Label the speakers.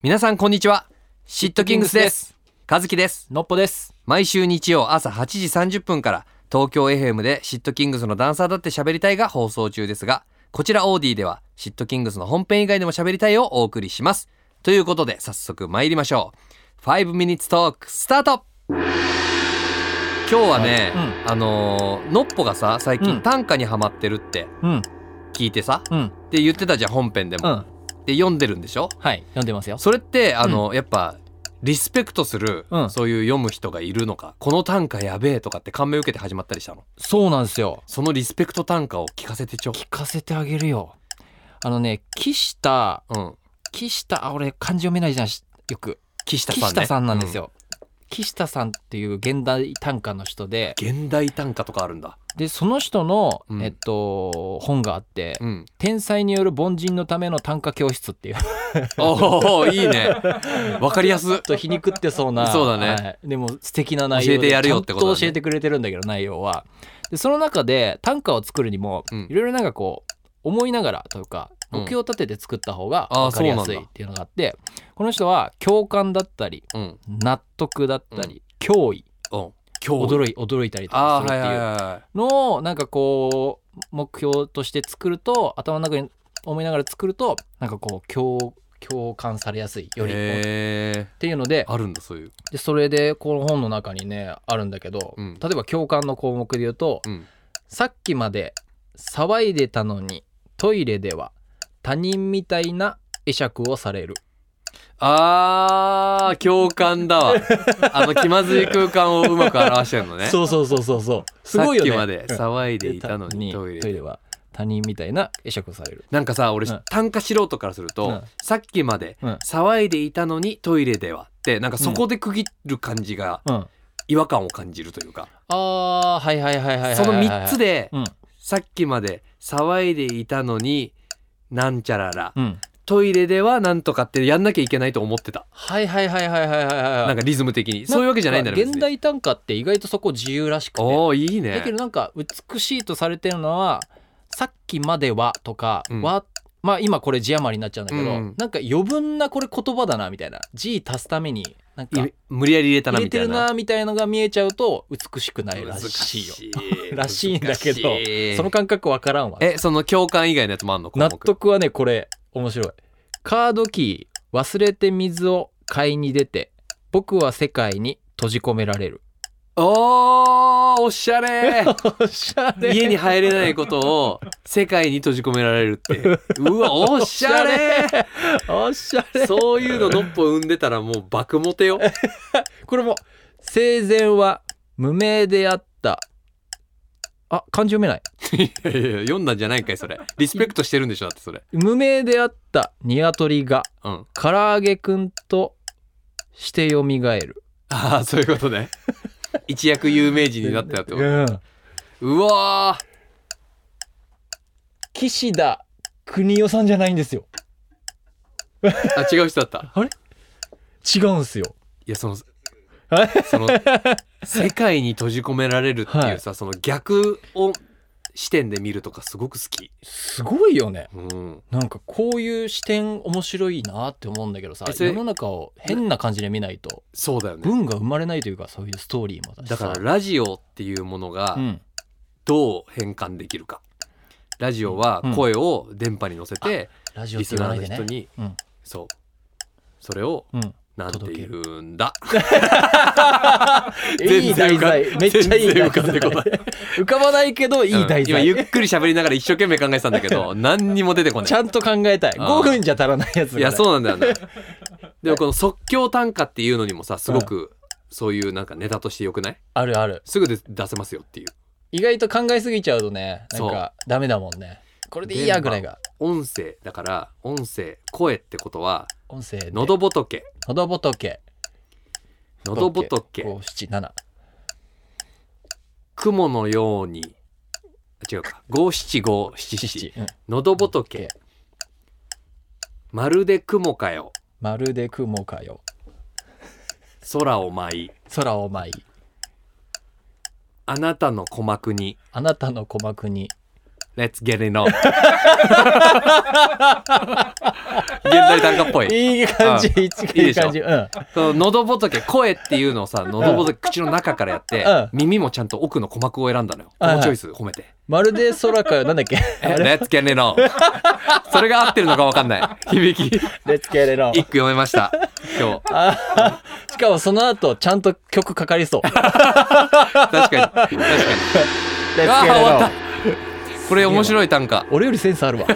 Speaker 1: 皆さんこんにちはシットキングスです和樹です
Speaker 2: のっぽです。
Speaker 1: 毎週日曜朝8時30分から東京 FM でシットキングスのダンサーだって喋りたいが放送中ですがこちらオーディではシットキングスの本編以外でも喋りたいをお送りしますということで早速参りましょう5 minutes talk スタート今日はね、あのーのっぽがさ最
Speaker 2: う
Speaker 1: 近
Speaker 2: ん
Speaker 1: 短歌にハマってるって
Speaker 2: うん、
Speaker 1: 聞いてさ、
Speaker 2: うん、
Speaker 1: って言ってたじゃん本編で
Speaker 2: う
Speaker 1: も、
Speaker 2: ん、
Speaker 1: で読んでるんでしょ
Speaker 2: はい、読んでますよ。
Speaker 1: それってあの、やっぱリスペクトする、
Speaker 2: うん
Speaker 1: そういう読む人がいるのかこの短歌やべえとかって感銘受けて始まったりしたの
Speaker 2: そうなんですよ。
Speaker 1: そのリスペクト短歌を聞かせてちょ
Speaker 2: 聞かせてあげるよ。あのね、岸田、
Speaker 1: うん
Speaker 2: 岸田、あ、俺漢字読めないじゃん、しよく。
Speaker 1: 岸田さん、ね、
Speaker 2: 岸田さんなんですよ。岸田さんっていう現代短歌の人で、
Speaker 1: うん、現代短歌とかあるんだ
Speaker 2: で、その人の
Speaker 1: う、ん
Speaker 2: えっと、本があって
Speaker 1: う。 ん
Speaker 2: 天才による凡人のための短歌教室っていう。
Speaker 1: おおいいねわかりやす
Speaker 2: ちょっと皮肉ってそうな
Speaker 1: そうだね
Speaker 2: はいでも素敵な内容で
Speaker 1: 教えてやるよってことだね
Speaker 2: ちゃんと教えてくれてるんだけど内容はでその中で短歌を作るにも
Speaker 1: うん
Speaker 2: いろいろなんかこう思いながらというか
Speaker 1: うん
Speaker 2: 目標を立てて作った方が
Speaker 1: あー
Speaker 2: 分かりや
Speaker 1: そ
Speaker 2: す
Speaker 1: う
Speaker 2: い
Speaker 1: なん
Speaker 2: っ
Speaker 1: だ
Speaker 2: ていうのがあってこの人は共感だったり
Speaker 1: うん
Speaker 2: 納得だったり、脅威
Speaker 1: うん今日
Speaker 2: 驚い驚いたりと
Speaker 1: あ
Speaker 2: か
Speaker 1: あ
Speaker 2: す
Speaker 1: ー
Speaker 2: る
Speaker 1: はい
Speaker 2: って
Speaker 1: はい
Speaker 2: いう
Speaker 1: は
Speaker 2: のをなんかこう目標として作ると頭の中に思いながら作るとなんかこう共共感されやすい
Speaker 1: い
Speaker 2: よりっ
Speaker 1: へ
Speaker 2: ていうので
Speaker 1: ーあるんだそういう
Speaker 2: でそれでこの本の中にねあるんだけど、
Speaker 1: うん
Speaker 2: 例えば共感の項目で言うと、
Speaker 1: うん
Speaker 2: さっきまで騒いでたのにトイレでは他人みたいな会釈をされる
Speaker 1: あー共感だ わあの気まずい空間をうまく表してるのね
Speaker 2: そうそうそうそうそうすごいよね
Speaker 1: さっきまで
Speaker 2: うん
Speaker 1: 騒いでいたのにトイレ
Speaker 2: トイレは他人みたいな会釈をされる
Speaker 1: なんかさ俺、
Speaker 2: うん
Speaker 1: 短歌素人からすると、
Speaker 2: うん
Speaker 1: さっきまで
Speaker 2: うん
Speaker 1: 騒いでいたのにトイレではってなんかそこで区切る感じが
Speaker 2: うん
Speaker 1: 違和感を感じるというか、
Speaker 2: あーはいはいはいはいはいはいはい
Speaker 1: その3つで、
Speaker 2: うん
Speaker 1: さっきまで騒いでいたのになんちゃらら、
Speaker 2: うん
Speaker 1: トイレではなんとかってやんなきゃいけないと思ってた、
Speaker 2: はいはいはいはいはいはいはい
Speaker 1: なんかリズム的にそういうわけじゃないんだね
Speaker 2: 現代短歌って意外とそこ自由らしくて
Speaker 1: おおーいい
Speaker 2: だけ
Speaker 1: ね
Speaker 2: どなんか美しいとされてるのは「さっきまでは」とか「
Speaker 1: うん
Speaker 2: は」まあ今これ字余りになっちゃうんだけど、
Speaker 1: うん
Speaker 2: なんか余分なこれ言葉だなみたいな字足すためになんか
Speaker 1: い無理やり入れたな
Speaker 2: 入
Speaker 1: みた
Speaker 2: れて
Speaker 1: い
Speaker 2: る
Speaker 1: な
Speaker 2: なみたいのが見えちゃうと美しくないらしいよ。
Speaker 1: よ
Speaker 2: らしいんだけどその感覚わからんわ。
Speaker 1: えその共感以外のやつもあんの項目
Speaker 2: 納得はねこれ面白い。カードキー忘れて水を買いに出て僕は世界に閉じ込められる。
Speaker 1: おーおしゃれ
Speaker 2: おしゃれ
Speaker 1: 家に入れないことを世界に閉じ込められるってうわおしゃれ
Speaker 2: おしゃれ
Speaker 1: そういうののっぽ生んでたらもう爆モテよ
Speaker 2: これも生前は無名であったあ漢字読めない
Speaker 1: いやいや読んだんじゃないかいそれリスペクトしてるんでしょだってそれ
Speaker 2: 無名であったニワトリが
Speaker 1: うん
Speaker 2: 唐揚げくんとしてよみがえる
Speaker 1: ああそういうことね一躍有名人になったよってこと
Speaker 2: うん
Speaker 1: うわー
Speaker 2: 岸田邦代さんじゃないんですよ
Speaker 1: あ違う人だった
Speaker 2: 違うんすよ
Speaker 1: いやそのそ
Speaker 2: はい
Speaker 1: の世界に閉じ込められるっていうさ、その逆を視点で見るとかすごく好き
Speaker 2: すごいよね
Speaker 1: うん
Speaker 2: なんかこういう視点面白いなって思うんだけどさ
Speaker 1: えそれ
Speaker 2: 世の中を変な感じで見ないと
Speaker 1: そうだよね
Speaker 2: 文が生まれないというかそういうストーリーも
Speaker 1: だから
Speaker 2: さ
Speaker 1: ラジオっていうものが、
Speaker 2: うん
Speaker 1: どう変換できるかラジオは声を電波に乗せて、
Speaker 2: ラジオっ
Speaker 1: リ
Speaker 2: て
Speaker 1: ス
Speaker 2: 言わ
Speaker 1: ナー
Speaker 2: ない
Speaker 1: の
Speaker 2: で
Speaker 1: 人
Speaker 2: ね
Speaker 1: に、
Speaker 2: うん
Speaker 1: そうそれを
Speaker 2: うん
Speaker 1: なんて
Speaker 2: 届け
Speaker 1: 言
Speaker 2: る
Speaker 1: うんだ
Speaker 2: いい題材めっちゃいい題材
Speaker 1: 全然浮かんでこない
Speaker 2: 浮かばないけどいい題
Speaker 1: うん今
Speaker 2: 材、
Speaker 1: ゆっくり喋りながら一生懸命考えてたんだけ ど何にも出てこな
Speaker 2: ちゃんと考えたい
Speaker 1: うん
Speaker 2: 5分じゃ足らないやつ
Speaker 1: いいや
Speaker 2: う
Speaker 1: そうなんだよね でもこの即興短歌っていうのにもさすごくそういうなんかネタとしてよくない
Speaker 2: あるある
Speaker 1: すぐで出せますよっていう
Speaker 2: 意外と考えすぎちゃうとねなんかダメだもんねこれでいい
Speaker 1: 電
Speaker 2: や
Speaker 1: 波
Speaker 2: ぐらいが
Speaker 1: 音声だから音声声ってことは
Speaker 2: 音声で
Speaker 1: 喉仏
Speaker 2: 喉仏
Speaker 1: 喉仏
Speaker 2: 五七七
Speaker 1: 雲のようにあ違うか五七五七七
Speaker 2: 七うん
Speaker 1: のどぼとけまるで雲かよ
Speaker 2: まるで雲かよ
Speaker 1: 空を舞い
Speaker 2: 空を舞い
Speaker 1: あなたの鼓膜に
Speaker 2: あなたの鼓膜に
Speaker 1: Let's get it on 現代短歌っぽい
Speaker 2: いい感じ、
Speaker 1: う
Speaker 2: いい感じ。うん。
Speaker 1: その喉仏声っていうのをさ喉仏口の中からやって
Speaker 2: うん
Speaker 1: 耳もちゃんと奥の鼓膜を選んだのよこ
Speaker 2: はいはい
Speaker 1: のチョイス褒めて
Speaker 2: まるで空から、なんだ っけ
Speaker 1: Let's get it on それが合ってるのか分かんない響き一
Speaker 2: ?Let's get it on.
Speaker 1: 句読めました今日
Speaker 2: あーしかもその後、ちゃんと曲かかりそう。Let's
Speaker 1: 確かに確かに
Speaker 2: get it
Speaker 1: あー終わっ
Speaker 2: on.
Speaker 1: たこれ面白い短歌
Speaker 2: 俺よりセンスあるわ。